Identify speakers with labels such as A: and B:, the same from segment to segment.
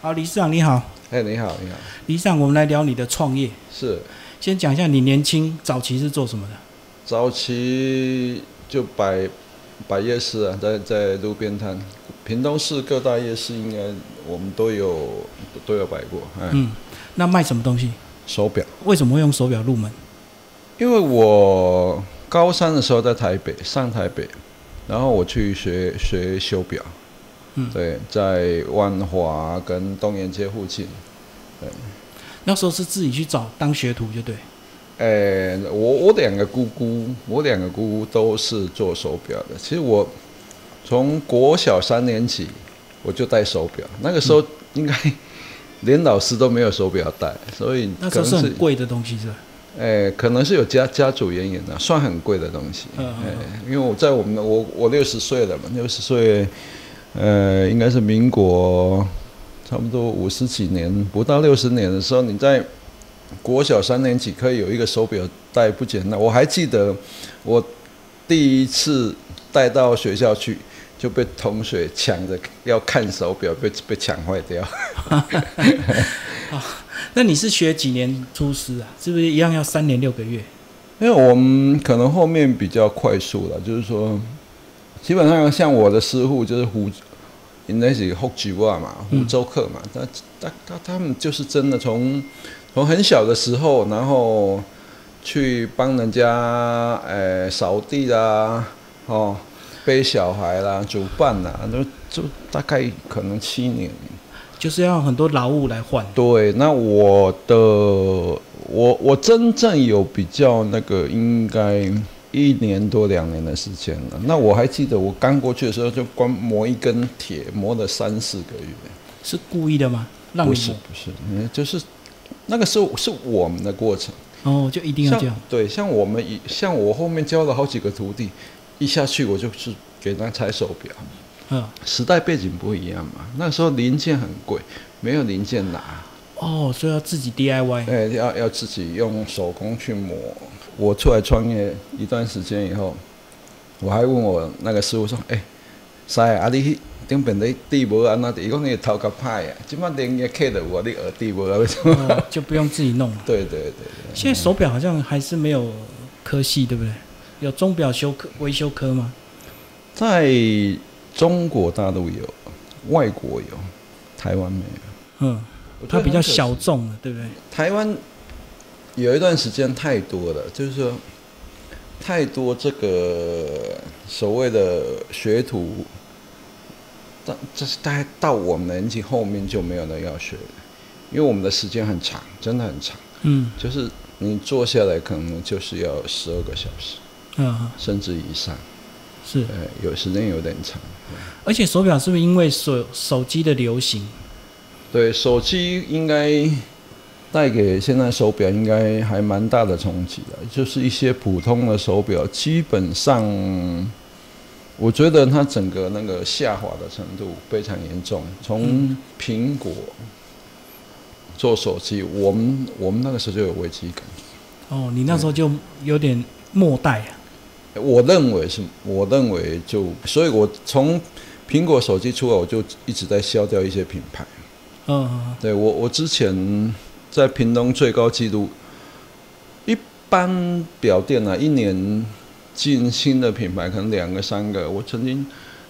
A: 好，李市长你好，
B: 哎，你好，你好，
A: 李市长，我们来聊你的创业。
B: 是
A: 先讲一下你年轻早期是做什么的？
B: 早期就摆摆夜市啊，在在路边摊，屏东市各大夜市应该我们都有都有摆过，哎，
A: 嗯，那卖什么东西？
B: 手表，
A: 为什么会用手表入门？
B: 因为我高三的时候在台北上台北，然后我去学学修表，
A: 嗯
B: 对，在万华跟东岩街附近，
A: 那时候是自己去找当学徒就对。
B: 哎，我我两个姑姑，我两个姑姑都是做手表的。其实我从国小三年级我就戴手表，那个时
A: 嗯
B: 候应该连老师都没有手表戴，所以
A: 那时
B: 可
A: 候是
B: 能
A: 很
B: 是
A: 贵的东西是吧？
B: 哎，可能是有家家族原因的，算很贵的东西。
A: 嗯嗯
B: 哎，因为我在我们我我六十岁了嘛，六十岁，呃，应该是民国差不多五十几年，不到六十年的时候，你在国小三年级可以有一个手表戴不简单。我还记得我第一次带到学校去。就被同学抢着要看手表，被被抢坏掉。
A: 那你是学几年出师啊？是不是一样要三年六个月？
B: 因为我们可能后面比较快速了，就是说，基本上像我的师傅就是湖，那是福州啊嘛，
A: 嗯
B: 湖州客嘛，他他他他们就是真的从从很小的时候，然后去帮人家呃扫地啦，哦，背小孩啦，煮饭啦，都就大概可能七年。
A: 就是要很多劳务来换。
B: 对，那我的我我真正有比较那个，应该一年多两年的时间了。那我还记得我刚过去的时候，就光磨一根铁，磨了三四个月。
A: 是故意的吗？让
B: 不
A: 你
B: 是
A: 们
B: 不是，嗯就是那个时候是我们的过程。
A: 哦，就一定要
B: 像
A: 这样。
B: 对，像我们一像我后面教了好几个徒弟，一下去我就是给他拆手表。
A: 嗯，
B: 时代背景不一样嘛，那时候零件很贵，没有零件拿。
A: 哦，所以要自己 DIY。
B: 哎，要要自己用手工去磨。我出来创业一段时间以后，我还问我那个师傅说：“哎、师啊，你顶边的地无安那地？伊讲你的头壳歹啊，即摆连个客都有啊，你学地无啊？为什么
A: 哦，就不用自己弄了？”。
B: 对对对对，
A: 现在手表好像还是没有科系，对不对？有钟表修科、维修科吗？
B: 在中国大陆有，外国有，台湾没有。
A: 嗯，
B: 我觉
A: 它
B: 得
A: 比较
B: 很可惜
A: 小众了，对不对？
B: 台湾有一段时间太多了，就是说太多这个所谓的学徒，但这是大概到我们年纪后面就没有人要学了，因为我们的时间很长，真的很长，
A: 嗯
B: 就是你坐下来可能就是要十二个小时
A: 嗯，
B: 甚至以上，
A: 是。
B: 呃，有时间有点长。
A: 而且手表是不是因为手手机的流行？
B: 对，手机应该带给现在手表应该还蛮大的冲击的，就是一些普通的手表，基本上我觉得它整个那个下滑的程度非常严重。从苹果做手机，我们我们那个时候就有危机感。
A: 哦，你那时候就有点末代啊。
B: 我认为是，我认为就，所以我从苹果手机出来，我就一直在消掉一些品牌。
A: 嗯嗯，
B: 对我，我之前在屏东最高纪录，一般表店啊，一年进新的品牌可能两个三个，我曾经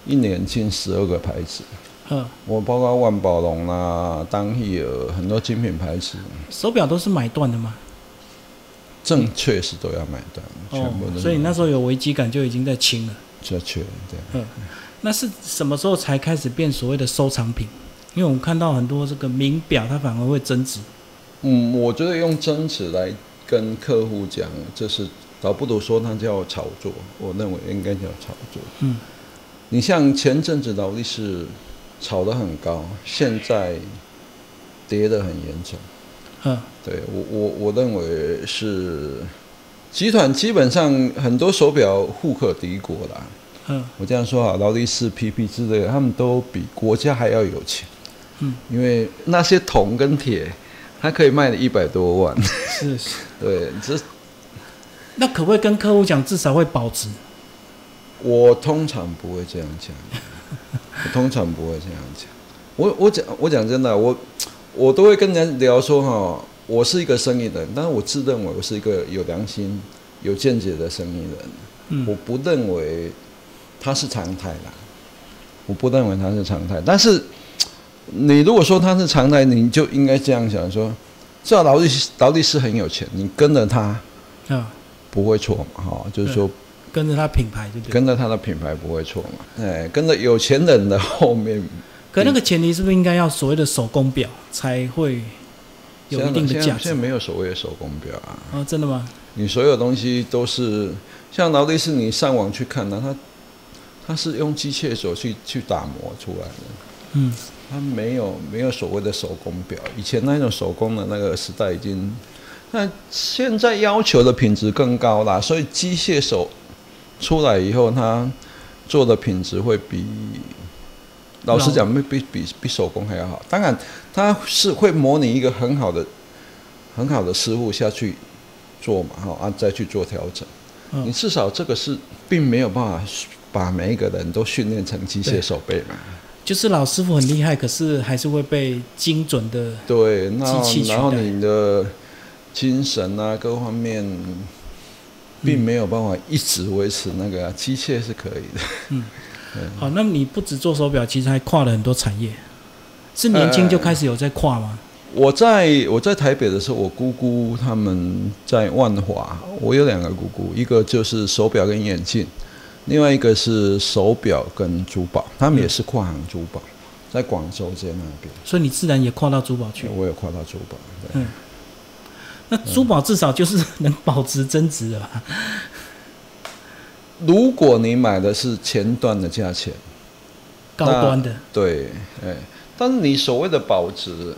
B: 一年进十二个牌子，
A: 嗯
B: 我包括万宝龙啦、当益尔很多精品牌子，
A: 嗯，手表都是买断的嘛。
B: 正确是都要买单，全
A: 哦
B: 部都，是
A: 所以那时候
B: 买
A: 有危机感就已经在清了。
B: 正确对。
A: 那是什么时候才开始变所谓的收藏品？因为我们看到很多这个名表，它反而会增值。
B: 嗯，我觉得用增值来跟客户讲，这是倒不如说它叫炒作，我认为应该叫炒作。
A: 嗯，
B: 你像前阵子劳力士炒得很高，现在跌得很严重。
A: 嗯
B: 对我我我认为是集团基本上很多手表互可敌国啦。
A: 嗯
B: 我这样说啊，劳力士、PP 之类的，他们都比国家还要有钱，
A: 嗯，
B: 因为那些铜跟铁，它可以卖了一百多万。
A: 是是。
B: 对，这
A: 那可不可以跟客户讲，至少会保值？
B: 我通常不会这样讲，我通常不会这样讲。我我讲我讲真的，我我都会跟人家聊说哈，我是一个生意人，但是我自认为我是一个有良心、有见解的生意人。我
A: 嗯
B: 不认为它是常态啦，我不认为它是常态。但是你如果说它是常态，你就应该这样想说：至少劳力士劳力士很有钱，你跟着他
A: 啊，
B: 不会错嘛，哈、就是说
A: 跟着他品牌就对了。
B: 跟着他的品牌不会错嘛，哎，跟着有钱人的后面。
A: 可那个前提是不是应该要所谓的手工表才会有一定的
B: 现
A: 价
B: 在
A: 值
B: 现在？没有所谓的手工表啊，
A: 哦，真的吗？
B: 你所有东西都是像劳力士，你上网去看呢、它它是用机械手去去打磨出来的。
A: 嗯，
B: 它没有没有所谓的手工表，以前那种手工的那个时代已经，那现在要求的品质更高啦，所以机械手出来以后，它做的品质会比，老实讲，比比比比手工还要好。当然，它是会模拟一个很好的很好的师傅下去做嘛，哈啊，再去做调整。
A: 嗯
B: 你至少这个是并没有办法把每一个人都训练成机械
A: 对
B: 手背嘛。
A: 就是老师傅很厉害，可是还是会被精准的
B: 对，那
A: 机器取代
B: 然后你的精神啊各方面，并没有办法一直维持那个、啊、机械是可以的。
A: 好，那么你不止做手表，其实还跨了很多产业，是年轻就开始有在跨吗？
B: 我在我在台北的时候，我姑姑他们在万华，我有两个姑姑，一个就是手表跟眼镜，另外一个是手表跟珠宝，他们也是跨行珠宝，在广州街那边，
A: 所以你自然也跨到珠宝去。
B: 我有跨到珠宝。对
A: 那珠宝至少就是能保值增值的吧？
B: 嗯如果你买的是前段的价钱。
A: 高端的，
B: 对，哎，但是你所谓的保值，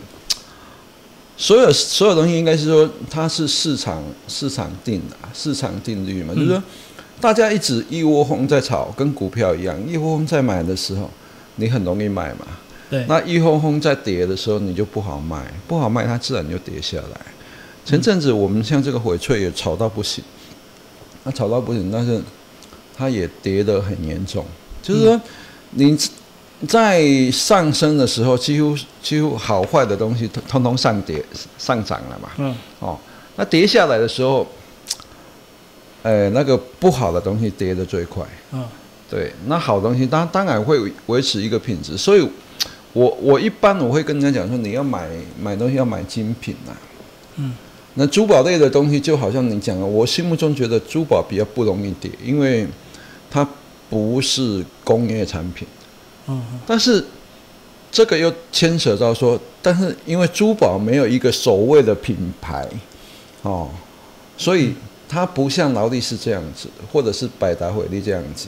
B: 所有所有东西应该是说它是市场市场定的啊，市场定律嘛，
A: 嗯
B: 就是说大家一直一窝蜂在炒，跟股票一样，一窝蜂在买的时候，你很容易买嘛，
A: 对，
B: 那一轰轰在跌的时候，你就不好卖，不好卖，它自然就跌下来。前阵子我们像这个翡翠也炒到不行，那炒到不行，但是它也跌得很严重。就是说，你在上升的时候，几乎几乎好坏的东西通通通上跌上涨了嘛。
A: 嗯，
B: 哦，那跌下来的时候，呃，那个不好的东西跌得最快。
A: 哦，
B: 对，那好东西当当然会维持一个品质，所以我我一般我会跟人家讲说，你要买买东西要买精品呐、
A: 嗯，
B: 那珠宝类的东西就好像你讲的，我心目中觉得珠宝比较不容易跌，因为它不是工业产品，
A: 哦，哦
B: 但是这个又牵扯到说，但是因为珠宝没有一个所谓的品牌，哦，所以它不像劳力士这样子，或者是百达翡丽这样子，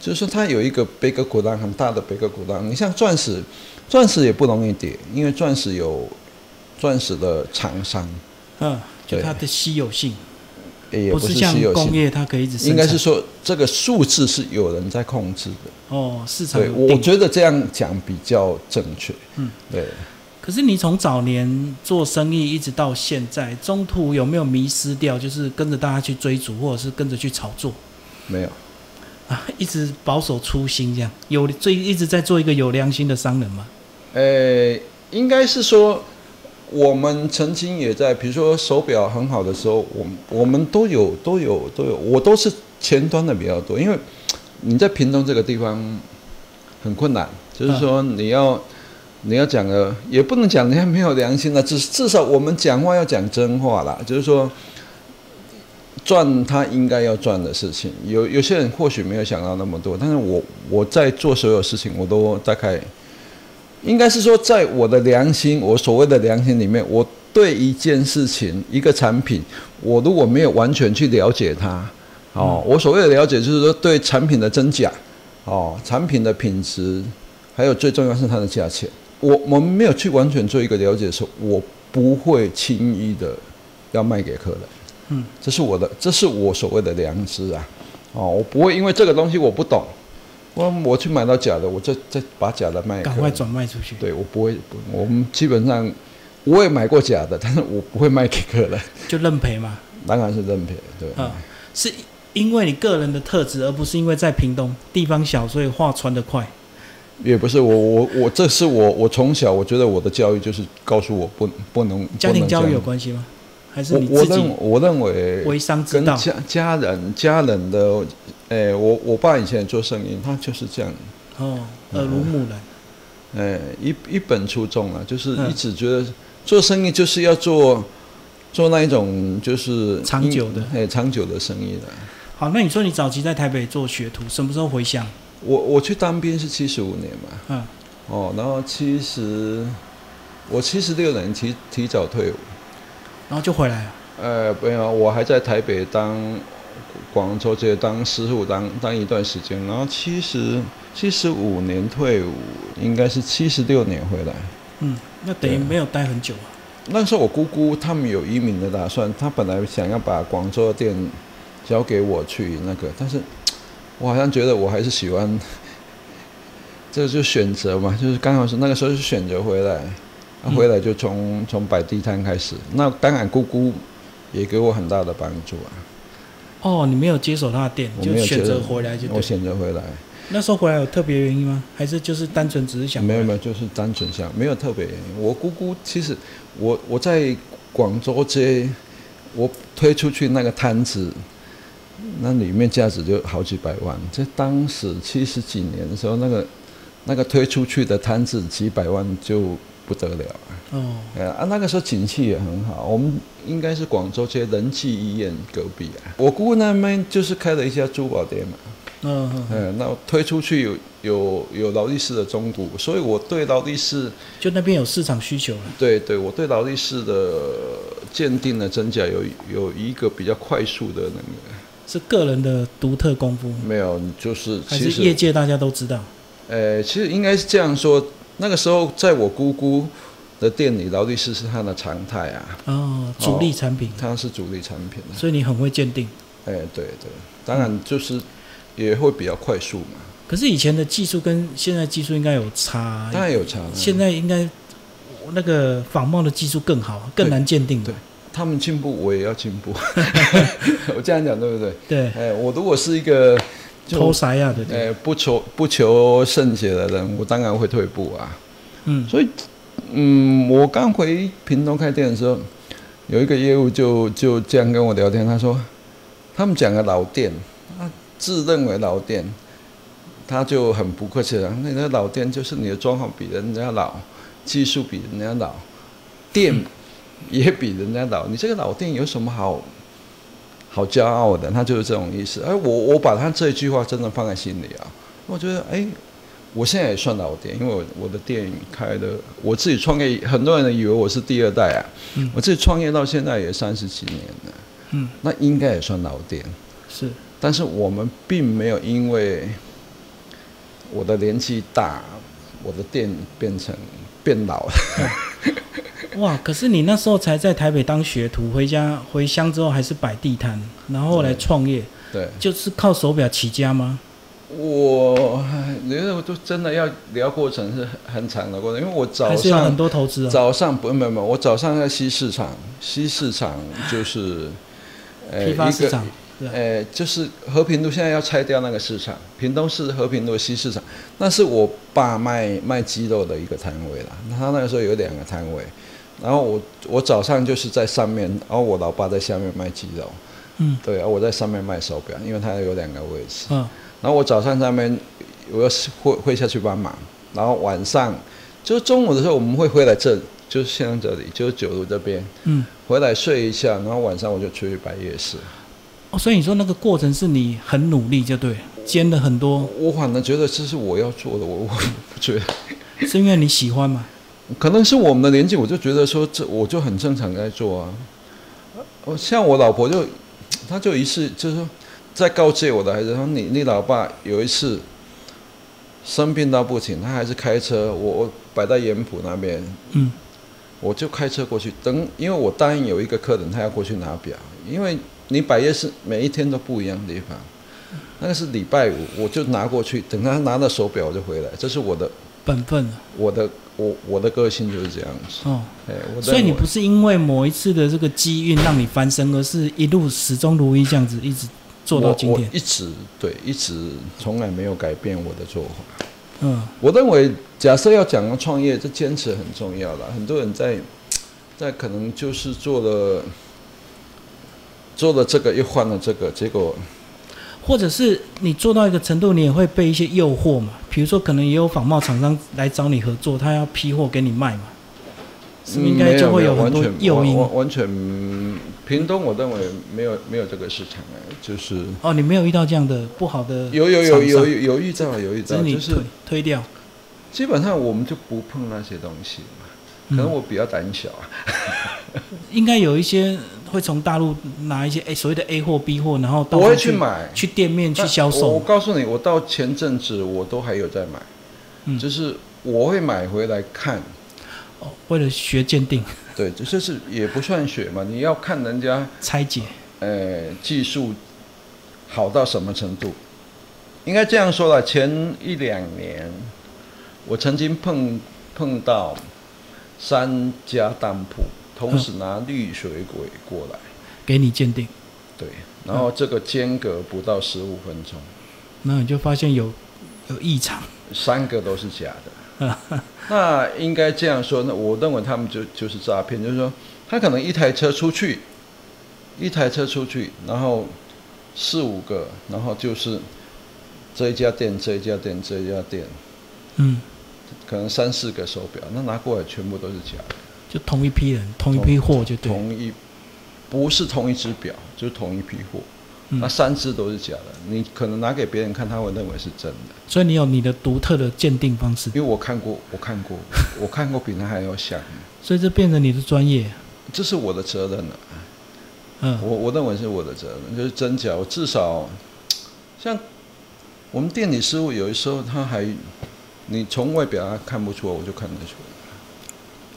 B: 就是说它有一个贝壳鼓浪很大的贝壳鼓浪。你像钻石，钻石也不容易跌，因为钻石有钻石的厂商，
A: 嗯，就
B: 对
A: 它的稀有性，
B: 也
A: 不
B: 是
A: 像
B: 稀有
A: 工
B: 性。
A: 业它可以一直生
B: 应
A: 产
B: 该是说，这个数字是有人在控制的。
A: 哦，市场
B: 对，
A: 有
B: 我
A: 定。
B: 觉得这样讲比较正确。
A: 嗯，
B: 对。
A: 可是你从早年做生意一直到现在，中途有没有迷失掉？就是跟着大家去追逐，或者是跟着去炒作
B: 没有，
A: 啊？ 一直保守初心这样，有最一直在做一个有良心的商人嘛？
B: 呃，应该是说我们曾经也在，比如说手表很好的时候，我们我们都有都有都有，我都是前端的比较多，因为你在屏东这个地方很困难，就是说你要、你要讲的也不能讲人家没有良心了，至至少我们讲话要讲真话啦，就是说。赚他应该要赚的事情，有有些人或许没有想到那么多，但是我我在做所有事情，我都大概应该是说，在我的良心，我所谓的良心里面，我对一件事情、一个产品，我如果没有完全去了解它，哦，
A: 嗯
B: 我所谓的了解就是说对产品的真假，哦，产品的品质，还有最重要是它的价钱，我我们没有去完全做一个了解的时候，我不会轻易的要卖给客人。
A: 嗯，
B: 这是我的，这是我所谓的良知啊，哦，我不会因为这个东西我不懂。我我去买到假的，我再再把假的卖给客
A: 赶
B: 人
A: 快转卖出去。
B: 对我不会，不我们基本上我也买过假的，但是我不会卖给客人，
A: 就认赔嘛。
B: 当然是认赔。对，
A: 啊，是因为你个人的特质，而不是因为在屏东地方小，所以划船的快。
B: 也不是我我我，这是我我从小我觉得我的教育就是告诉我不不能
A: 家庭教育有
B: 不能
A: 关系吗？还
B: 这
A: 是
B: 样
A: 你
B: 我我
A: 自己
B: 认我认为
A: 微商之
B: 跟
A: 道？
B: 家家人家人的，诶、我我爸以前也做生意，他就是这样，
A: 哦，耳濡目染。
B: 诶、一一本初衷啊，就是
A: 嗯
B: 一直觉得做生意就是要做做那一种就是
A: 长
B: 因
A: 久的
B: 诶、长久的生意的。
A: 好，那你说你早期在台北做学徒，什么时候回乡？
B: 我我去当兵是七十五年嘛，
A: 嗯，
B: 哦，然后七十，我七十六年提提早退伍，
A: 然后就回来了。
B: 呃，没有，我还在台北当广州这当师傅当当一段时间，然后七十七十五年退伍，应该是七十六年回来。
A: 嗯，那等于
B: 对
A: 没有待很久啊。
B: 那时候我姑姑他们有移民的打算，她本来想要把广州的店交给我去那个，但是我好像觉得我还是喜欢，这就选择嘛，就是刚好是那个时候是选择回来，啊、
A: 嗯
B: 回来就从从摆地摊开始。那当然姑姑也给我很大的帮助啊，
A: 哦，你没有接手他的店，
B: 我
A: 就
B: 没有
A: 选
B: 觉
A: 择
B: 得
A: 回来就
B: 我
A: 对。
B: 选择回来，
A: 那时候回来有特别原因吗？还是就是单纯只是想？
B: 没有没有，就是单纯想，没有特别原因。我姑姑其实我我在广州街，我推出去那个摊子，那里面价值就好几百万。在当时七十几年的时候，那个那个推出去的摊子几百万就不得了啊！
A: 哦，
B: 呃啊，那个时候景气也很好，我们应该是广州街仁济医院隔壁啊。我姑姑那边就是开了一家珠宝店嘛。
A: 嗯嗯，嗯
B: 嗯，那推出去有有有劳力士的中古，所以我对劳力士，
A: 就那边有市场需求啊了。
B: 对对，我对劳力士的鉴定的真假有有一个比较快速的那个，
A: 是个人的独特功夫，
B: 没有，就是
A: 还
B: 其
A: 是业
B: 实，
A: 界大家都知道？
B: 呃，其实应该是这样说，那个时候在我姑姑的店里，劳力士是她的常态啊，
A: 哦，主力产品，
B: 它是主力产品啊，
A: 所以你很会鉴定。
B: 哎，对对，当然就是也会比较快速嘛，
A: 可是以前的技术跟现在技术应该有差，啊
B: 当然有差了，
A: 嗯现在应该那个仿冒的技术更好，更难鉴定。
B: 对他们进步，我也要进 步，我这样讲对不对？
A: 对，
B: 哎，我如果是一个
A: 偷
B: 就
A: 塞呀，对不对？
B: 哎不求不求甚解的人，我当然会退步啊。
A: 嗯，
B: 所以，嗯，我刚回屏东开店的时候，有一个业务就就这样跟我聊天，他说，他们讲个老店，他自认为老店，他就很不客气了，那个老店就是你的装潢比人家老，技术比人家老，店也比人家老，你这个老店有什么好？好骄傲的，他就是这种意思。哎，我我把他这句话真的放在心里啊，我觉得哎，我现在也算老店，因为我我的店开的，我自己创业，很多人以为我是第二代啊。
A: 嗯
B: 我自己创业到现在也三十几年了，
A: 嗯，
B: 那应该也算老店。
A: 是，
B: 但是我们并没有因为我的年纪大，我的店变成变老 了。
A: 哇！可是你那时候才在台北当学徒，回家回乡之后还是摆地摊，然后后来
B: 对
A: 创业，
B: 对
A: 就是靠手表起家吗？
B: 我，你看，我都真的要聊过程是很很长的过程，因为我早
A: 还是有
B: 上
A: 很多投资啊？
B: 早上不没有没有，我早上在西市场，西市场就是。呃
A: 批发
B: 一
A: 市
B: 个
A: 场，对啊
B: 呃，就是和平路现在要拆掉那个市场，屏东市和平路西市场，那是我爸卖卖鸡肉的一个摊位啦。那他那个时候有两个摊位，然后我我早上就是在上面，然后我老爸在下面卖鸡肉，
A: 嗯
B: 对，然后我在上面卖手表，因为他有两个位置。
A: 嗯，
B: 然后我早上上面我要是会会下去帮忙，然后晚上就是中午的时候我们会回来这，就是现在这里，就是九如这边
A: 嗯，
B: 回来睡一下，然后晚上我就出去摆夜市。
A: 哦，所以你说那个过程是你很努力，就对了，兼了很多，
B: 我反而觉得这是我要做的，我我不觉得，
A: 是因为你喜欢嘛？
B: 可能是我们的年纪，我就觉得说这我就很正常在做啊。我像我老婆就，她就一次就是说在告诫我的孩子，她说你你老爸有一次生病到不行，他还是开车，我我摆在盐浦那边，
A: 嗯，
B: 我就开车过去。等，因为我答应有一个客人，他要过去拿表，因为你摆夜市每一天都不一样的地方。那个是礼拜五，我就拿过去，等他拿到手表我就回来。这是我的
A: 本分啊
B: 我的我我的个性就是这样子。
A: 哦，
B: 哎，我
A: 所以你
B: 认为
A: 不是因为某一次的这个机运让你翻身，而是一路始终如一这样子一直做到今
B: 我
A: 天
B: 我。一直对，一直从来没有改变我的做法。
A: 嗯
B: 我认为，假设要讲到创业，这坚持很重要了。很多人在在可能就是做了做了这个，又换了这个，结果
A: 或者是你做到一个程度，你也会被一些诱惑嘛，比如说可能也有仿冒厂商来找你合作，他要批货给你卖嘛，是不是应该就会
B: 嗯有
A: 很多
B: 完全
A: 诱因
B: 完？完完全屏东，我认为没有没有这个市场哎，就是
A: 哦，你没有遇到这样的不好的，
B: 有有有有
A: 厂商，
B: 有有遇到有遇
A: 只
B: 到
A: 是，你
B: 就
A: 推
B: 是
A: 推掉。
B: 基本上我们就不碰那些东西嘛。可
A: 嗯
B: 能我比较胆小啊，
A: 应该有一些会从大陆拿一些 A 所谓的 A 货 B 货，然后到
B: 我会
A: 处
B: 去买，
A: 去店面去
B: 那
A: 销
B: 我我
A: 售嘛。
B: 告诉你，我到前阵子我都还有在买，
A: 嗯
B: 就是我会买回来看，
A: 哦，为了学鉴定
B: 对，这就是也不算血嘛，你要看人家
A: 拆解，
B: 呃技术好到什么程度，应该这样说了，前一两年我曾经碰碰到三家当铺，同时拿绿水鬼过来，
A: 给你鉴定，
B: 对，然后这个间隔不到十五分钟，
A: 然后你就发现有有异常。
B: 三个都是假的。那应该这样说，那我认为他们就就是诈骗，就是说他可能一台车出去，一台车出去，然后四五个，然后就是这一家店、这一家店、这一家店，
A: 嗯，
B: 可能三四个手表，那拿过来全部都是假的，
A: 就同一批人，同一批货就对。
B: 同一不是同一只表，就是同一批货，
A: 嗯
B: 那三只都是假的，你可能拿给别人看，他会认为是真的，
A: 所以你有你的独特的鉴定方式
B: 因，为我看过，我看过，我看过比他还要像，
A: 所以这变成你的专业。
B: 这是我的责任啊了。
A: 嗯
B: 我我认为是我的责任，就是真假，我至少像我们店里师傅，有的时候他还你从外表他看不出来，我就看得出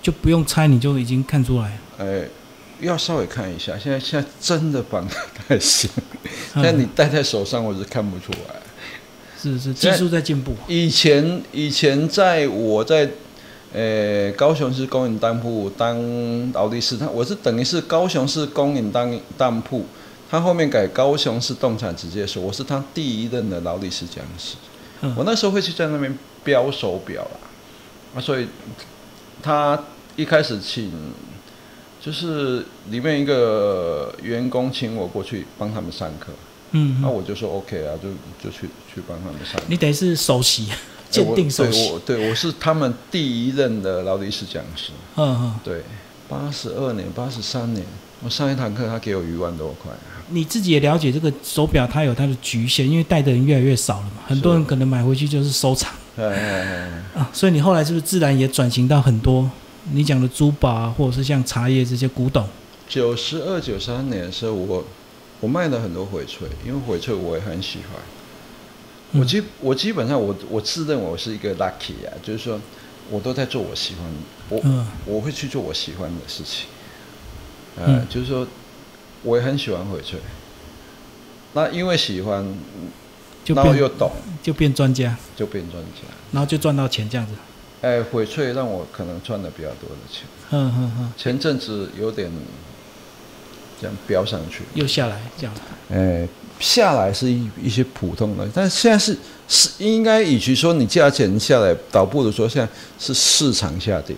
A: 就不用猜，你就已经看出来了。
B: 来。哎，要稍微看一下，现在现在真的绑得太细，
A: 嗯
B: 但你戴在手上我是看不出来。
A: 是是技
B: 现在
A: 术在进步，
B: 以前以前在我在呃高雄市公营当铺当劳力士，他我是等于是高雄市公营当当铺，他后面改高雄市动产直接所，我是他第一任的劳力士讲师。
A: 嗯
B: 我那时候会去在那边标手表啦，啊，所以他一开始请。就是里面一个员工请我过去帮他们上课，
A: 嗯，
B: 那、
A: 嗯
B: 我就说 OK 啊，就就去去帮他们上课。
A: 你得是首席鉴定首
B: 对
A: 席，
B: 哎我对我是他们第一任的劳力士讲师，
A: 嗯嗯，
B: 对，八十二年、八十三年，我上一堂课他给我一万多块，
A: 你自己也了解这个手表它有它的局限，因为戴的人越来越少了嘛，很多人可能买回去就是收藏
B: 哎哎哎，
A: 啊，所以你后来是不是自然也转型到很多你讲的珠宝啊，或者是像茶叶这些古董？
B: 九十二、九三年的时候，我我卖了很多翡翠，因为翡翠我也很喜欢。
A: 嗯
B: 我基我基本上我我自认为我是一个 lucky 啊，就是说我都在做我喜欢，我
A: 嗯
B: 我会去做我喜欢的事情。呃，
A: 嗯
B: 就是说我也很喜欢翡翠，那因为喜欢，
A: 就
B: 然后
A: 变
B: 又懂，
A: 就变专家，
B: 就变专家。
A: 然后就赚到钱这样子，
B: 哎，翡翠让我可能赚的比较多的钱，
A: 嗯嗯嗯，
B: 前阵子有点这样飙上去，
A: 又下来这样，
B: 哎，下来是一一些普通的，但现在是是应该，与其说你价钱下来，倒不如说现在是市场下跌。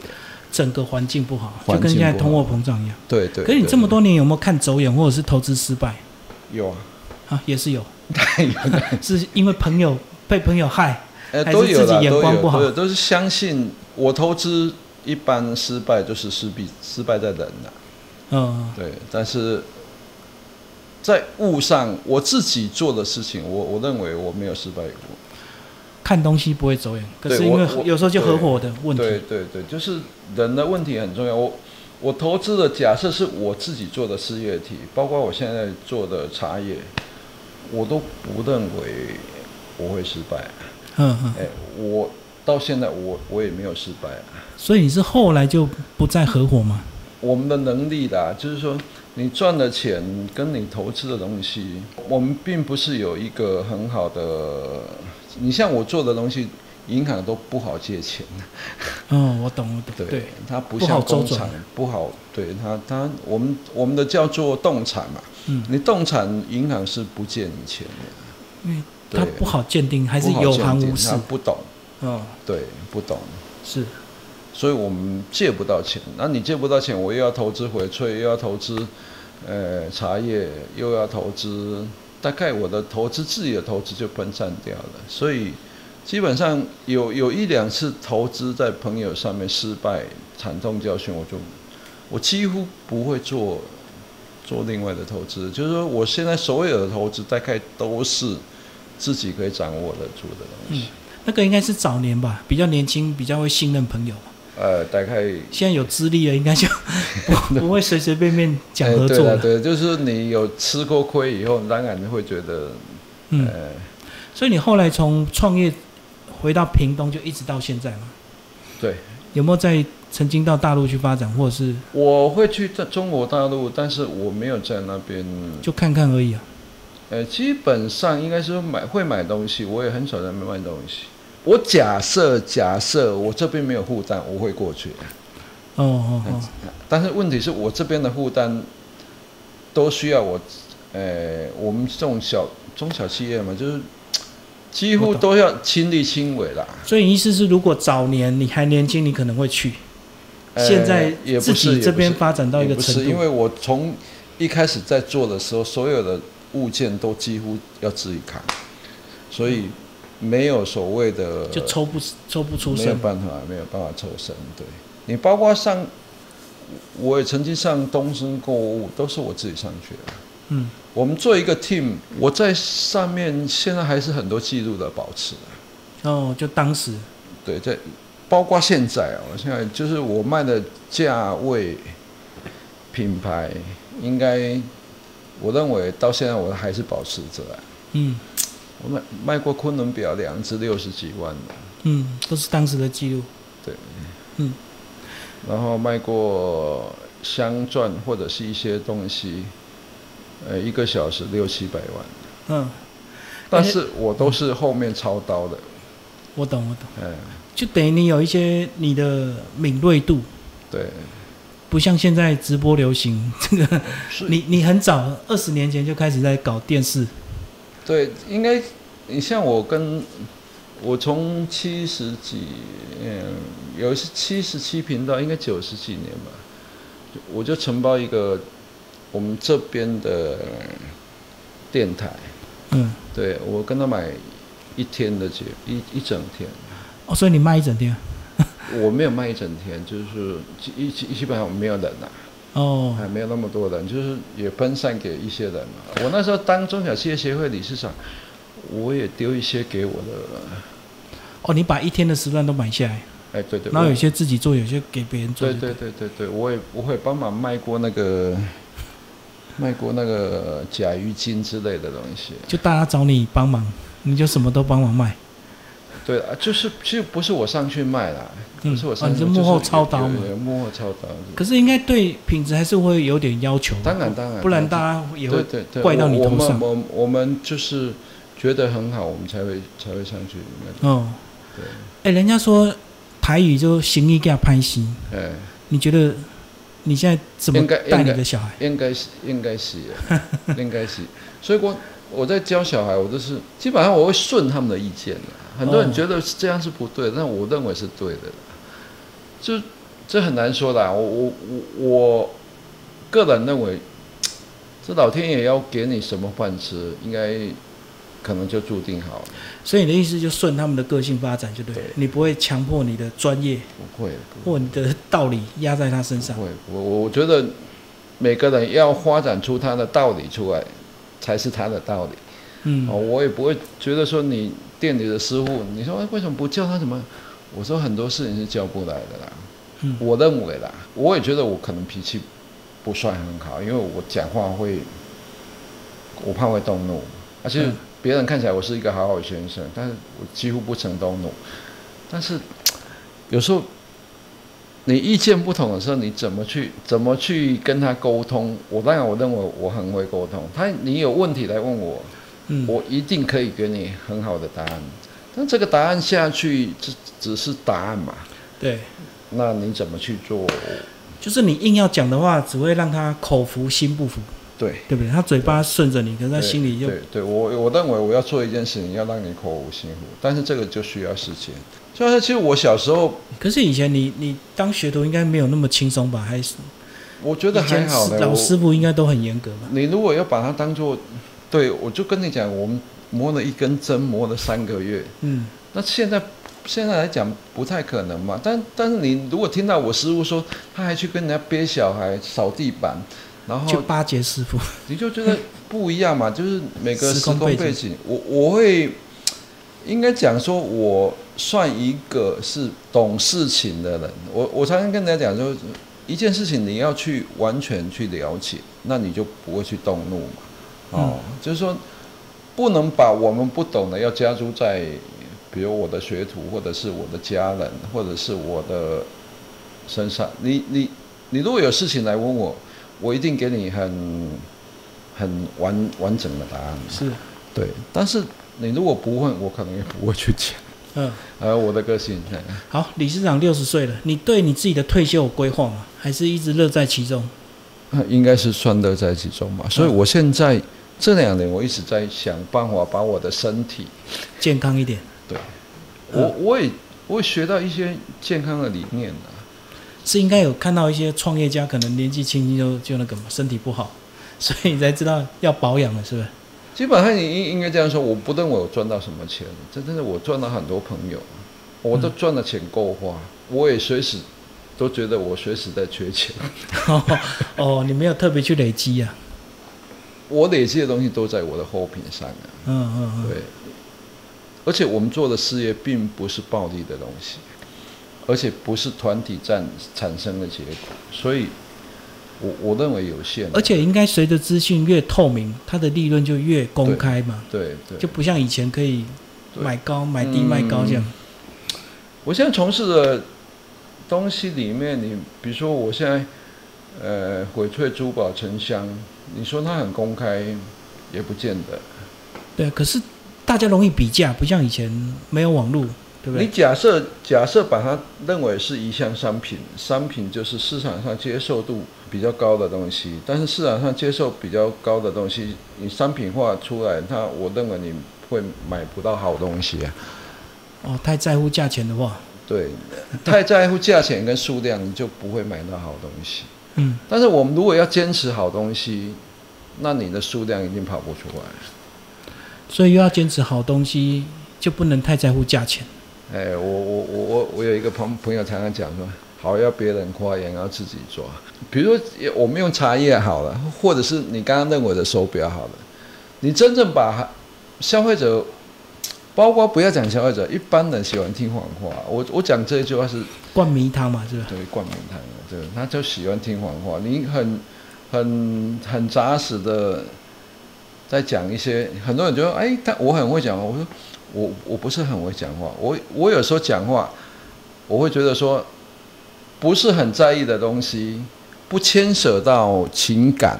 A: 整个环境不好，就
B: 环境
A: 跟现在通
B: 不
A: 货
B: 好
A: 膨胀一样。
B: 对对。
A: 可是你
B: 对
A: 这么多年有没有看走眼，或者是投资失败
B: 有啊，
A: 啊？也是有，
B: 太有了，
A: 是因为朋友被朋友害，
B: 哎，
A: 还是
B: 都有
A: 自己
B: 啦，
A: 眼
B: 都
A: 光不
B: 有，
A: 好
B: 都有，都是相信我投资一般失败就是失必失败在人啊呐、
A: 嗯。
B: 对，但是在物上我自己做的事情，我我认为我没有失败过。
A: 看东西不会走眼，可是
B: 对
A: 因
B: 我
A: 为
B: 我
A: 有时候就合伙的问
B: 对
A: 题，
B: 对对，就是人的问题很重要。我我投资的假设是我自己做的事业体，包括我现在做的茶叶，我都不认为我会失败。
A: 嗯嗯，
B: 哎，我到现在我我也没有失败。
A: 所以你是后来就不再合伙吗？
B: 我们的能力啦，就是说你赚的钱跟你投资的东西，我们并不是有一个很好的。你像我做的东西，银行都不好 借钱。
A: 嗯，我懂，我懂，
B: 对
A: 对，，
B: 它不
A: 不好
B: 像
A: 周
B: 工厂
A: 转
B: 不好，对它它我们我们的叫做动产嘛，
A: 嗯，
B: 你动产银行是不借你钱的，
A: 因为
B: 对
A: 他不好鉴定，还是
B: 不好
A: 有
B: 鉴
A: 行
B: 定
A: 无市
B: 它，不懂，
A: 哦，
B: 对，不懂，
A: 是
B: 所以我们借不到钱。那你借不到钱，我又要投资翡翠，又要投资，呃，茶叶，又要投资，大概我的投资自己的投资就分散掉了。所以基本上有有一两次投资在朋友上面失败，惨痛教训，我就我几乎不会做做另外的投资，就是说我现在所有的投资大概都是自己可以掌握得住的东西。
A: 那个应该是早年吧，比较年轻，比较会信任朋友。
B: 呃，大概
A: 现在有资历了，应 该就不不会随随便便讲合作
B: 哎
A: 了。
B: 对了对，就是你有吃过亏以后，当然会觉得，
A: 嗯，
B: 呃，
A: 所以你后来从创业回到屏东，就一直到现在嘛？
B: 对，
A: 有没有在曾经到大陆去发展，或者是
B: 我会去在中国大陆，但是我没有在那边，
A: 就看看而已啊？
B: 呃，基本上应该是买会买东西，我也很少在那边卖东西。我假设假设我这边没有负担，我会过去。
A: 哦哦哦，
B: 但是问题是我这边的负担都需要我，呃，我们这种小中小企业嘛，就是几
A: 我
B: 乎
A: 懂
B: 都要亲力亲为啦。
A: 所以意思是，如果早年你还年轻，你可能会去；
B: 呃
A: 现在
B: 也不
A: 自
B: 是也
A: 己
B: 不
A: 这边
B: 是
A: 发展到一个
B: 也不
A: 程
B: 是因
A: 度，
B: 为我从一开始在做的时候，所有的物件都几乎要自己扛，所以没有所谓的
A: 就抽不抽不出
B: 没有
A: 身。
B: 办法，没有办法抽身。对你包括上，我也曾经上东升购物，都是我自己上去的。
A: 嗯，
B: 我们做一个 team，我在上面现在还是很多记录的保持。
A: 哦，就当时
B: 对，在包括现在啊，我现在就是我卖的价位、品牌，应该我认为到现在我还是保持着啊。
A: 嗯
B: 我卖卖过昆仑表两只六十几万的，
A: 嗯，都是当时的记录。
B: 嗯然后卖过镶钻或者是一些东西，呃，一个小时六七百万，
A: 嗯，
B: 但是嗯我都是后面操刀的，
A: 我懂我懂，
B: 嗯，
A: 就等于你有一些你的敏锐度，
B: 对，
A: 不像现在直播流行，这个
B: 是
A: 你你很早二十年前就开始在搞电视，
B: 对，应该你像我跟我从七十几，嗯，有是七十七频道，应该九十几年吧，就我就承包一个我们这边的电台，
A: 嗯，
B: 对我跟他买一天的节一一整天，
A: 哦，所以你卖一整天，
B: 我没有卖一整天，就是一一基本上我没有人呐、
A: 哦，
B: 还没有那么多人，就是也分散给一些人嘛。我那时候当中小企业协会理事长，我也丢一些给我的，
A: 哦，你把一天的时段都买下来，
B: 哎，对对，
A: 然后
B: 我
A: 有些自己做，有些给别人做，
B: 对对对对对，我也我会帮忙卖过那个，卖过那个甲鱼精之类的东西。
A: 就大家找你帮忙，你就什么都帮忙卖，
B: 对啊，就是其实不是我上去卖啦，
A: 嗯
B: 不是我
A: 哦
B: 上
A: 你
B: 去，
A: 是
B: 就
A: 幕后操刀
B: 有
A: 嘛
B: 有有幕后操刀。
A: 可是应该对品质还是会有点要求，啊
B: 当然当然，
A: 不然大
B: 当
A: 家也
B: 对
A: 会
B: 对对，
A: 怪到你
B: 我
A: 头上
B: 我们我我们就是觉得很好，我们才会才会上去。应该
A: 哦，
B: 对，
A: 哎，人家说台语就行医给他拍戏，
B: 哎，
A: 你觉得你现在怎么
B: 应该
A: 带
B: 应
A: 你
B: 该
A: 的小孩？
B: 应该是应该是的， 应该是。所以我我在教小孩，我都是基本上我会顺他们的意见的。很多人
A: 哦
B: 觉得这样是不对，但我认为是对的。就这很难说啦，我我我我个人认为，这老天爷要给你什么饭吃，应该可能就注定好了。
A: 所以你的意思就顺他们的个性发展就对了，
B: 对
A: 你不会强迫你的专业
B: 不会，不
A: 或你的道理压在他身上。
B: 会，我我我觉得每个人要发展出他的道理出来，才是他的道理。
A: 嗯，
B: 哦，我也不会觉得说你店里的师傅，你说、哎、为什么不叫他什么？我说很多事情是叫不来的啦，
A: 嗯
B: 我认为啦，我也觉得我可能脾气不算很好，因为我讲话会，我怕会动怒，而且
A: 嗯
B: 别人看起来我是一个好好先生，但是我几乎不曾动怒，但是有时候。你意见不同的时候，你怎么去怎么去跟他沟通？我当然我认为我很会沟通，他你有问题来问我，
A: 嗯，
B: 我一定可以给你很好的答案。但这个答案下去，只只是答案嘛？
A: 对，
B: 那你怎么去做？
A: 就是你硬要讲的话，只会让他口服心不服。
B: 对
A: 对不对？他嘴巴顺着你，可是他心里又
B: 对对，我我认为我要做一件事情，要让你口无心服，但是这个就需要时间。就是其实我小时候，
A: 可是以前你你当学徒应该没有那么轻松吧？还是
B: 我觉得
A: 以前
B: 还好呢。
A: 老
B: 我
A: 师傅应该都很严格吧？
B: 你如果要把它当做，对我就跟你讲，我们磨了一根针，磨了三个月，
A: 嗯，
B: 那现在现在来讲不太可能嘛。但但是你如果听到我师傅说，他还去跟人家憋小孩、扫地板，然
A: 嗯去
B: 后
A: 巴结师傅，
B: 你就觉得不一 样嘛，就是每个
A: 时
B: 时
A: 空
B: 空
A: 背
B: 背
A: 景
B: 景，我我会应该讲说，我算一个是懂事情的人。我我常常跟大家讲说，一件事情你要去完全去了解，那你就不会去动怒嘛。哦，就是说不能把我们不懂的要加诸在，比如我的学徒，或者是我的家人，或者是我的身上。你你你如果有事情来问我，我一定给你很很完完整的答案。
A: 是，
B: 对，但是你如果不问，我可能也不会去讲。
A: 嗯，
B: 呃，我的个性， 哎
A: 好，理事长六十岁了，你对你自己的退休有规划吗？还是一直乐在其中？
B: 那应该是算乐在其中嘛。所以我现在这两年，我一直在想办法把我的身体，
A: 健康一点，
B: 我我也我也学到一些健康的理念啊。
A: 是应该有看到一些创业家可能年纪轻轻就就那个嘛，身体不好， 所以你才知道要保养了，是不 是？
B: 基本上你应应该这样说，我不认为我赚到什么钱，真的是我赚了很多朋友，我都赚的钱够花，
A: 嗯
B: 我也随时都觉得我随时在缺钱，
A: 哦，哦你没有特别去累积啊呀、
B: 我累积的东西都在我的后品上啊。
A: 啊，嗯嗯嗯，
B: 对，而且我们做的事业并不是暴力的东西，而且不是团体战产生的结果，所以我我认为有限。啊
A: 而且应该随着资讯越透明，它的利润就越公开嘛，
B: 对对，
A: 就不像以前可以
B: 对
A: 买高买低卖高这样。
B: 我现在从事的东西里面，你比如说我现在呃翡翠珠宝沉香，你说它很公开，也不见得。
A: 对，可是大家容易比价，不像以前没有网络，对不
B: 你
A: 对？
B: 假设假设把它认为是一项商品，商品就是市场上接受度比较高的东西，但是市场上接受比较高的东西，你商品化出来，它我认为你会买不到好东西啊。
A: 哦，太在乎价钱的话，
B: 对，太在乎价钱跟数量，你就不会买到好东西。
A: 嗯，
B: 但是我们如果要坚持好东西，那你的数量一定跑不出来。
A: 所以又要坚持好东西，就不能太在乎价钱。
B: 哎，我我我我我有一个朋朋友常常讲说，好要别人夸，也要自己抓。比如说，也我们用茶叶好了，或者是你刚刚认为的手表好了，你真正把消费者，包括不要讲消费者，一般人喜欢听谎话。我我讲这一句话是
A: 灌迷汤嘛，是吧？
B: 对，冠冕堂皇，对，他就喜欢听谎话。你很、很、很扎实的在讲一些，很多人就说：“哎，他我很会讲话。”我说：“我我不是很会讲话，我我有时候讲话，我会觉得说，不是很在意的东西，不牵扯到情感，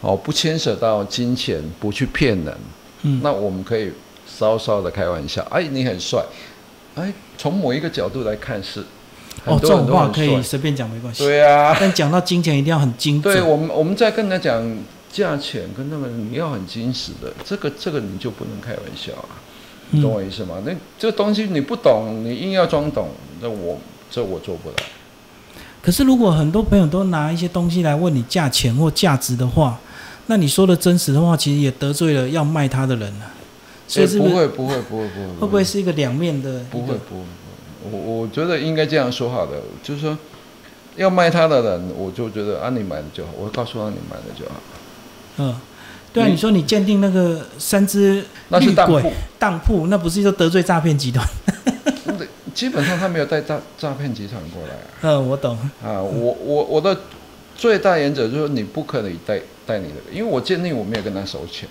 B: 哦，不牵扯到金钱，不去骗人。
A: 嗯
B: 那我们可以稍稍的开玩笑，哎，你很帅。”哎，从某一个角度来看是，
A: 哦
B: 很，
A: 这
B: 多人
A: 种
B: 都很
A: 话可
B: 帅
A: 以随便讲没关系，
B: 对啊，
A: 但讲到金钱一定要很精
B: 对
A: 准。
B: 我们我们在跟人家讲价钱跟那个你要很矜持的，这个这个你就不能开玩笑啊，你懂
A: 嗯，
B: 我意思吗？那这个东西你不懂，你硬要装懂，那我这我做不来。
A: 可是如果很多朋友都拿一些东西来问你价钱或价值的话，那你说的真实的话，其实也得罪了要卖它的人了、所以
B: 哎
A: 是
B: 不
A: 不是
B: 会不会不会不会
A: 会不会是一个两面的？
B: 不会。不会不会，我我觉得应该这样说好的，就是说要卖他的人，我就觉得啊你买的就好，我告诉他你买的就好，
A: 嗯，对啊，
B: 你
A: 你说你鉴定那个三只
B: 那是
A: 绿
B: 当
A: 鬼
B: 铺，
A: 当铺，那不是就得罪诈骗集团？
B: 基本上他没有带诈诈骗集团过来啊。
A: 嗯，我懂。
B: 啊，我我我的最大原则就是你不可以带带你的，因为我鉴定我没有跟他收钱。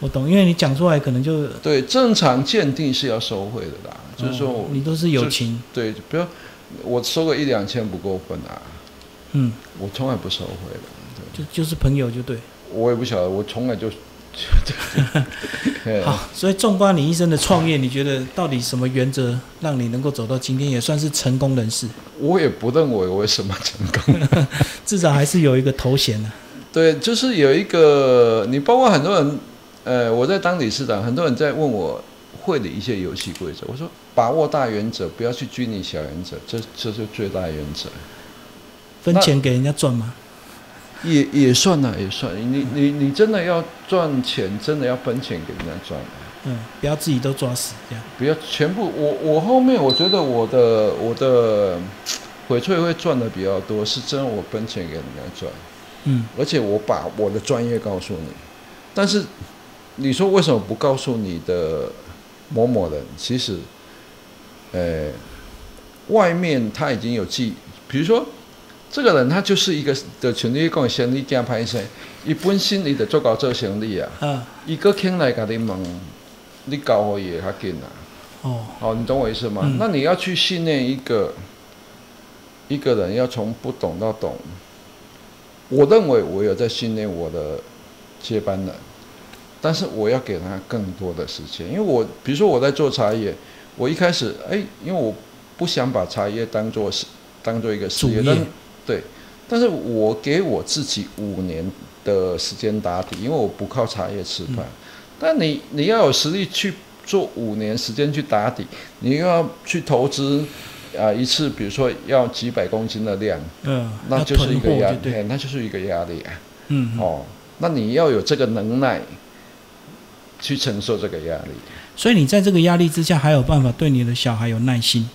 A: 我懂，因为你讲出来可能就
B: 对，正常鉴定是要收费的啦，就是说
A: 哦
B: 我
A: 你都是友情，
B: 对，比如我收个一两千不过分啊，
A: 嗯，
B: 我从来不收费的，
A: 就就是朋友就对。
B: 我也不晓得，我从来就。 就对
A: 好，所以纵观你一生的创业，你觉得到底什么原则让你能够走到今天，也算是成功人士？
B: 我也不认为我有什么成功，
A: 至少还是有一个头衔呢、 啊
B: 对，就是有一个，你包括很多人，呃，我在当理事长，很多人在问我会理一些游戏规则，我说把握大原则，不要去拘泥小原则，这这就最大原则。
A: 分钱给人家赚吗？
B: 也也算了，也算。你你你真的要赚钱，真的要分钱给人家赚，啊
A: 嗯，不要自己都抓死这样。
B: 不要全部。我我后面我觉得我的我的翡翠会赚的比较多，是真的我分钱给人家赚。
A: 嗯，
B: 而且我把我的专业告诉你，但是你说为什么不告诉你的某某人？其实，呃，外面他已经有记，比如说这个人他就是一个的权利讲生理惊歹势，伊本身伊就做搞做生理啊，
A: 啊，
B: 伊个肯来甲你问，你教我也较紧啊。
A: 哦，
B: 哦，你懂我意思吗？
A: 嗯
B: 那你要去训练一个一个人，要从不懂到懂。我认为我有在训练我的接班人，但是我要给他更多的时间，因为我比如说我在做茶叶，我一开始哎，因为我不想把茶叶当做是当做一个事业，
A: 主业
B: 但对，但是我给我自己五年的时间打底，因为我不靠茶叶吃饭。但你你要有实力去做五年时间去打底，你又要去投资啊、一次，比如说要几百公斤的量，
A: 嗯，
B: 那
A: 要
B: 就是一
A: 囤
B: 个
A: 货
B: 压
A: 就
B: 力，
A: 对，
B: 嘿那就是一个压力啊。
A: 嗯，嗯
B: 哦，那你要有这个能耐去承受这个压力。
A: 所以你在这个压力之下，还有办法对你的小孩有耐心，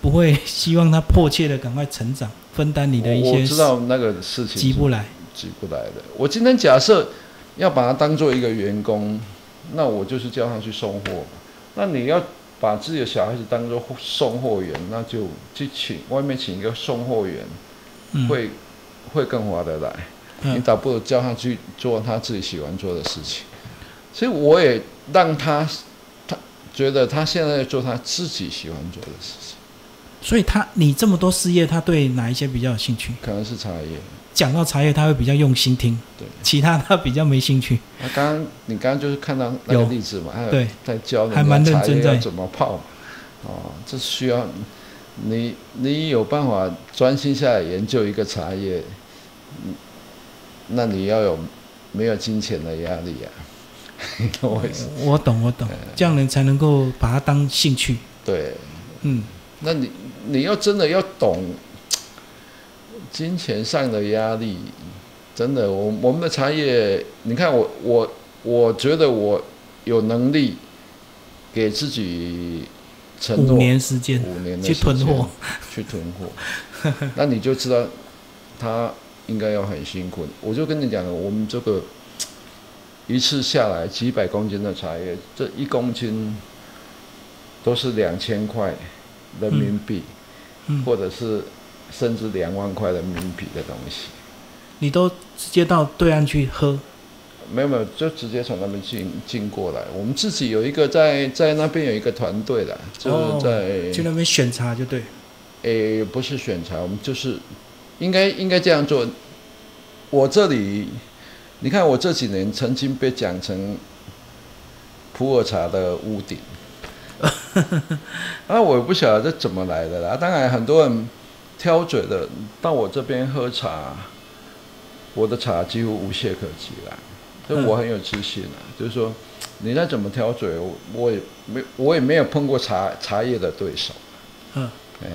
A: 不会希望他迫切的赶快成长，分担你的一
B: 我我
A: 些
B: 知道那个事情
A: 急
B: 是
A: 不来。
B: 急不来的。我今天假设要把他当做一个员工，那我就是叫他去送货嘛。那你要把自己的小孩子当做送货员，那就去请外面请一个送货员，
A: 嗯，
B: 会会更划得来。你
A: 嗯
B: 倒不如叫他去做他自己喜欢做的事情。所以我也让他，他觉得他现在在做他自己喜欢做的事情，
A: 所以他你这么多事业，他对哪一些比较有兴趣？
B: 可能是茶叶。
A: 讲到茶叶，他会比较用心听，
B: 对，
A: 其他他比较没兴趣。
B: 那刚刚你刚刚就是看到那个
A: 有
B: 例子嘛，还有
A: 对，
B: 在教
A: 还
B: 人
A: 蛮
B: 家
A: 认
B: 茶叶
A: 真在
B: 要怎么泡嘛，哦，这需要你你有办法专心下来研究一个茶叶，嗯那你要有没有金钱的压力啊？ 你懂我意思？
A: 我懂，我
B: 呃
A: 懂，这样人才能够把它当兴趣。
B: 对，
A: 嗯，
B: 那你你要真的要懂金钱上的压力，真的，我我们的茶叶，你看我我我觉得我有能力给自己承诺
A: 五年时间
B: 五年的
A: 去囤
B: 时间
A: 货，
B: 去囤货， 那你就知道他应该要很辛苦。我就跟你讲了，我们这个一次下来几百公斤的茶叶，这一公斤都是两千块人民币，
A: 嗯嗯
B: 或者是甚至两万块人民币的东西。
A: 你都直接到对岸去喝，
B: 没有没有，就直接从那边进进过来。我们自己有一个在在那边有一个团队啦，就是在、
A: 哦去那边选茶就对。
B: 诶，不是选材，我们就是应该应该这样做。我这里，你看我这几年曾经被讲成普洱茶的屋顶，啊，我也不晓得这怎么来的啦。当然，很多人挑嘴的到我这边喝茶，我的茶几乎无懈可击啦。所以我很有自信啊，就是说，你再怎么挑嘴，我我也没我也没有碰过茶茶叶的对手。
A: 嗯，
B: 哎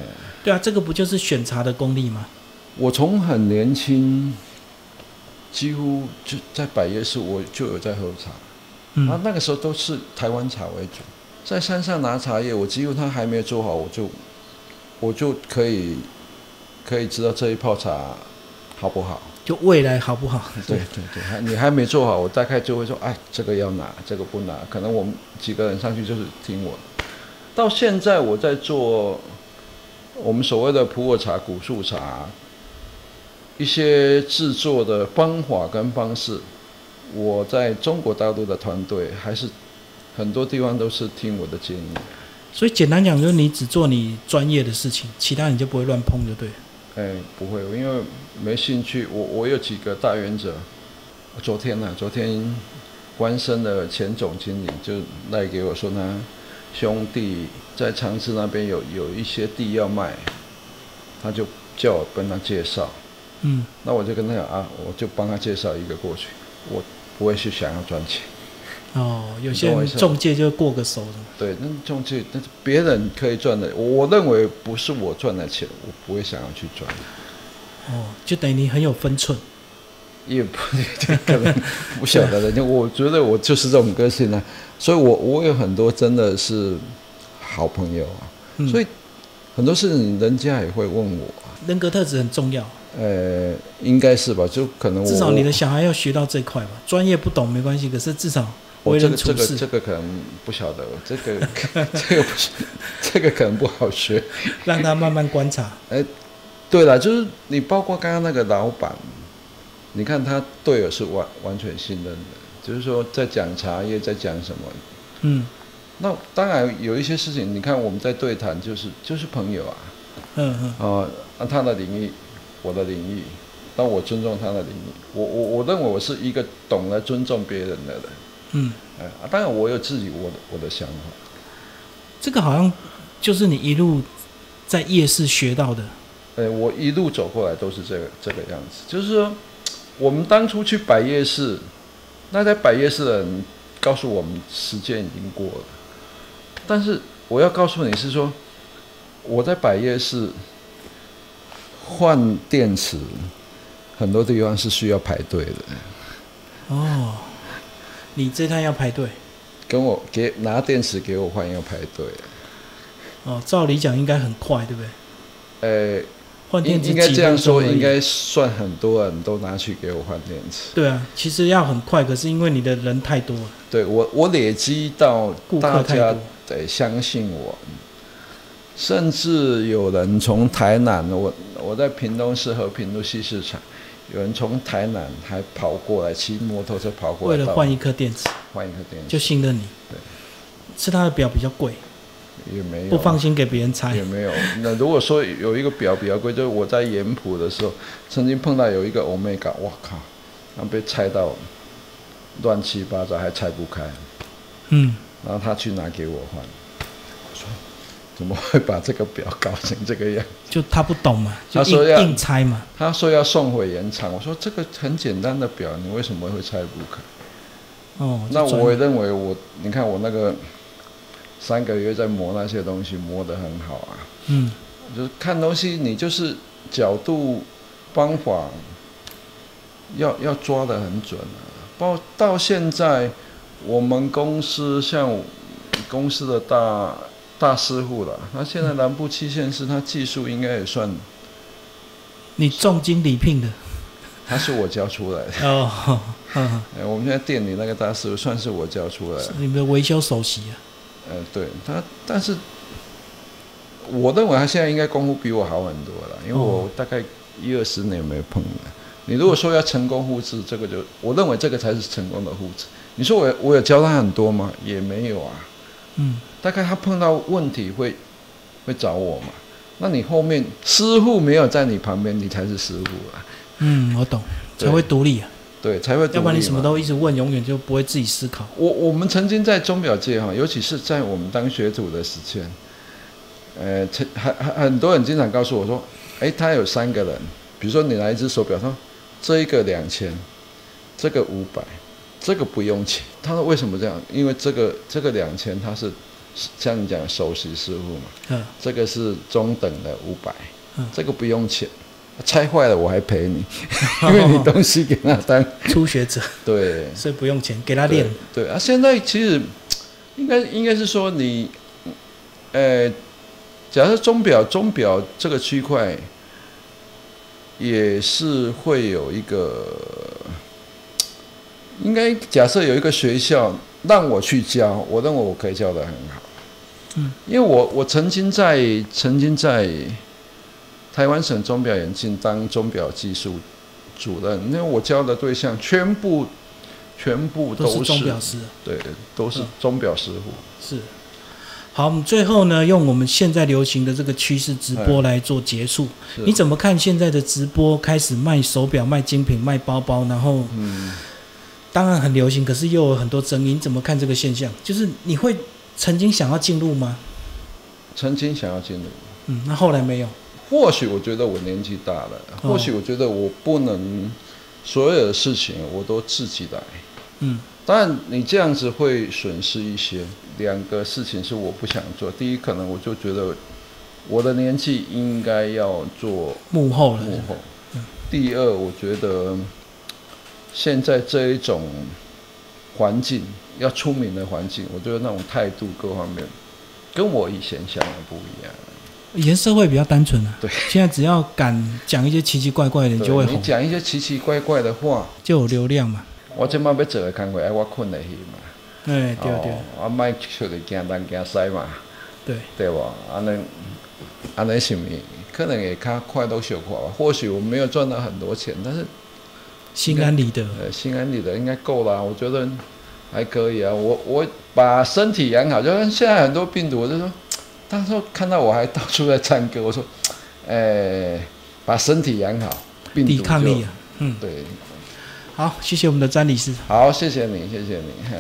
A: 对啊，这个不就是选茶的功力吗？
B: 我从很年轻，几乎就在百叶市，我就有在喝茶。
A: 嗯，
B: 啊，那个时候都是台湾茶为主，在山上拿茶叶，我几乎它还没有做好，我就我就可以可以知道这一泡茶好不好。
A: 就未来好不 好？
B: 对对对，还你还没做好，我大概就会说，哎，这个要拿，这个不拿。可能我们几个人上去就是听我。到现在我在做我们所谓的普洱茶、古树茶，一些制作的方法跟方式，我在中国大陆的团队还是很多地方都是听我的建议。
A: 所以简单讲，就是你只做你专业的事情，其他你就不会乱碰，就对了。
B: 哎，不会，因为没兴趣。我我有几个大原则。昨天呢、昨天关生的前总经理就赖给我说呢，兄弟在长治那边有有一些地要卖，他就叫我跟他介绍。
A: 嗯，
B: 那我就跟他讲啊，我就帮他介绍一个过去，我不会去想要赚钱。
A: 哦，有
B: 你
A: 些
B: 懂我
A: 人
B: 意思吗
A: 中介就过个手的嘛，
B: 对，那中介那是别人可以赚的，我认为不是我赚的钱，我不会想要去赚，
A: 哦，就等于你很有分寸，
B: 也不 这可 能不晓得人家，我觉得我就是这种个性啊，所以我我有很多真的是好朋友啊，
A: 嗯，
B: 所以很多事情人家也会问我啊，
A: 人格特质很重要，
B: 呃，应该是吧？就可能我
A: 至少你的小孩要学到这块吧，专业不懂没关系，可是至少
B: 我
A: 为
B: 这
A: 人
B: 个
A: 处
B: 这个
A: 事，
B: 这个可能不晓得，这个 这个不是这个可能不好学。
A: 让他慢慢观察，
B: 对了，就是你包括刚刚那个老板，你看他队友是完完全信任的，就是说在讲茶叶，在讲什么。
A: 嗯
B: 那当然有一些事情，你看我们在对谈，就是就是朋友啊，
A: 嗯嗯，
B: 呃，啊他的领域，我的领域，但我尊重他的领域，我我我认为我是一个懂得尊重别人的人，
A: 嗯，
B: 呃，啊当然我有自己我的我的想法，
A: 这个好像就是你一路在夜市学到的，
B: 呃，我一路走过来都是这个这个样子，就是说，我们当初去摆夜市，那在摆夜市的人告诉我们时间已经过了，但是我要告诉你是说，我在摆夜市换电池，很多地方是需要排队的，
A: 哦，你这趟要排队，
B: 跟我给拿电池给我换要排队，
A: 哦，照理讲应该很快，对不对？
B: 呃，
A: 换电
B: 应
A: 池
B: 应该
A: 几
B: 这样
A: 分钟
B: 说，
A: 而已
B: 应该算很多人都拿去给我换电池。
A: 对啊，其实要很快，可是因为你的人太多了，
B: 对我，我累积到
A: 顾
B: 大
A: 客太
B: 家
A: 多，
B: 得相信我，甚至有人从台南，我我在屏东市和平路西市场，有人从台南还跑过来，骑摩托车跑过
A: 为
B: 来
A: 了
B: 到，
A: 换一颗电池
B: 换一个电
A: 就
B: 池，
A: 信任你
B: 对。
A: 是他的表比较贵，
B: 也没有啊
A: 不放心给哎别人拆
B: 也。没有。那如果说有一个表比较贵，就是我在盐浦的时候，曾经碰到有一个 Omega，我靠，那被拆到乱七八糟，还拆不开。
A: 嗯，
B: 然后他去拿给我换，我说怎么会把这个表搞成这个样？
A: 就他不懂嘛，就
B: 他说
A: 硬
B: 要
A: 硬拆嘛。
B: 他说要送回原厂，我说这个很简单的表，你为什么会拆不开？
A: 哦，就
B: 那
A: 专
B: 我也认为我，你看我那个三个月在磨那些东西，磨得很好啊，
A: 嗯
B: 就是看东西你就是角度、方法要要抓得很准啊。包到现在，我们公司像公司的大大师傅了，他现在南部期限是他技术应该也算，
A: 你重金礼 聘的
B: 他是我教出来的。
A: 哦，嗯，
B: 哎，我们现在店里那个大师傅算是我教出来的
A: 是。你们的维修首席啊，
B: 呃，对他，但是我认为他现在应该功夫比我好很多了，因为
A: 哦
B: 我大概一二十年没有碰了。你如果说要成功复制，这个就我认为这个才是成功的复制。你说我有我有教他很多吗？也没有啊。
A: 嗯，
B: 大概他碰到问题会会找我嘛？那你后面师傅没有在你旁边，你才是师傅啊，
A: 嗯，我懂，
B: 对
A: 才会独立啊，
B: 对，才会独立嘛。
A: 要不然你什么都一直问，永远就不会自己思 考。
B: 我我们曾经在钟表界哈，尤其是在我们当学徒的时间，呃，曾很很很多人经常告诉我说，哎，他有三个人，比如说你拿一只手表，他说这一个两千，这个五百，这个不用钱。他说为什么这样？因为这个这个两千他是像你讲首席师傅嘛，
A: 嗯，
B: 这个是中等的五百
A: 嗯，
B: 这个不用钱，拆坏了我还赔你， 因为你东西给他当
A: 初学者，
B: 对。
A: 所以不用钱，给他
B: 对
A: 练。
B: 对啊，现在其实应该应该是说你，呃，假设钟表钟表这个区块也是会有一个，应该假设有一个学校让我去教，我认为我可以教得很好。
A: 嗯，
B: 因为我我曾经在曾经在台湾省钟表眼镜当钟表技术主任，因为我教的对象全部全部
A: 都
B: 都
A: 是
B: 是
A: 钟表师，
B: 对，都是
A: 嗯
B: 钟表师傅。
A: 是。好，我们最后呢，用我们现在流行的这个趋势直播来做结束。
B: 是
A: 你怎么看现在的直播开始卖手表、卖精品、卖包包，然后
B: 嗯，
A: 当然很流行，可是又有很多争议。你怎么看这个现象？就是你会曾经想要进入吗？
B: 曾经想要进入，
A: 嗯，那后来没有。
B: 或许我觉得我年纪大了，
A: 哦
B: 或许我觉得我不能所有的事情我都自己来。
A: 嗯，
B: 但你这样子会损失一些。两个事情是我不想做，第一，可能我就觉得我的年纪应该要做
A: 幕后了，
B: 幕后。第二，我觉得现在这一种环境，要出名的环境，我觉得那种态度各方面，跟我以前想的不一样。
A: 以前社会比较单纯啊，
B: 对，
A: 现在只要敢讲一些奇奇怪怪的，你就会
B: 对你
A: 红，
B: 讲一些奇奇怪怪的话，
A: 就有流量嘛。
B: 我即摆要做的工作，哎我困得去嘛，
A: 哎，对对
B: 哦，我莫出去惊东惊西嘛，
A: 对，
B: 对无？安尼安尼是毋是？可能会较快乐小可吧。或许我没有赚到很多钱，但是
A: 心安理得。
B: 呃，心安理得应该够了啊，我觉得还可以啊。我我把身体养好，就像现在很多病毒，我就说，当时候看到我还到处在唱歌，我说，哎、把身体养好，病毒
A: 抵抗力
B: 就
A: 啊。嗯，
B: 对，
A: 好，谢谢我们的詹理事。
B: 好，谢谢你，谢谢你。嘿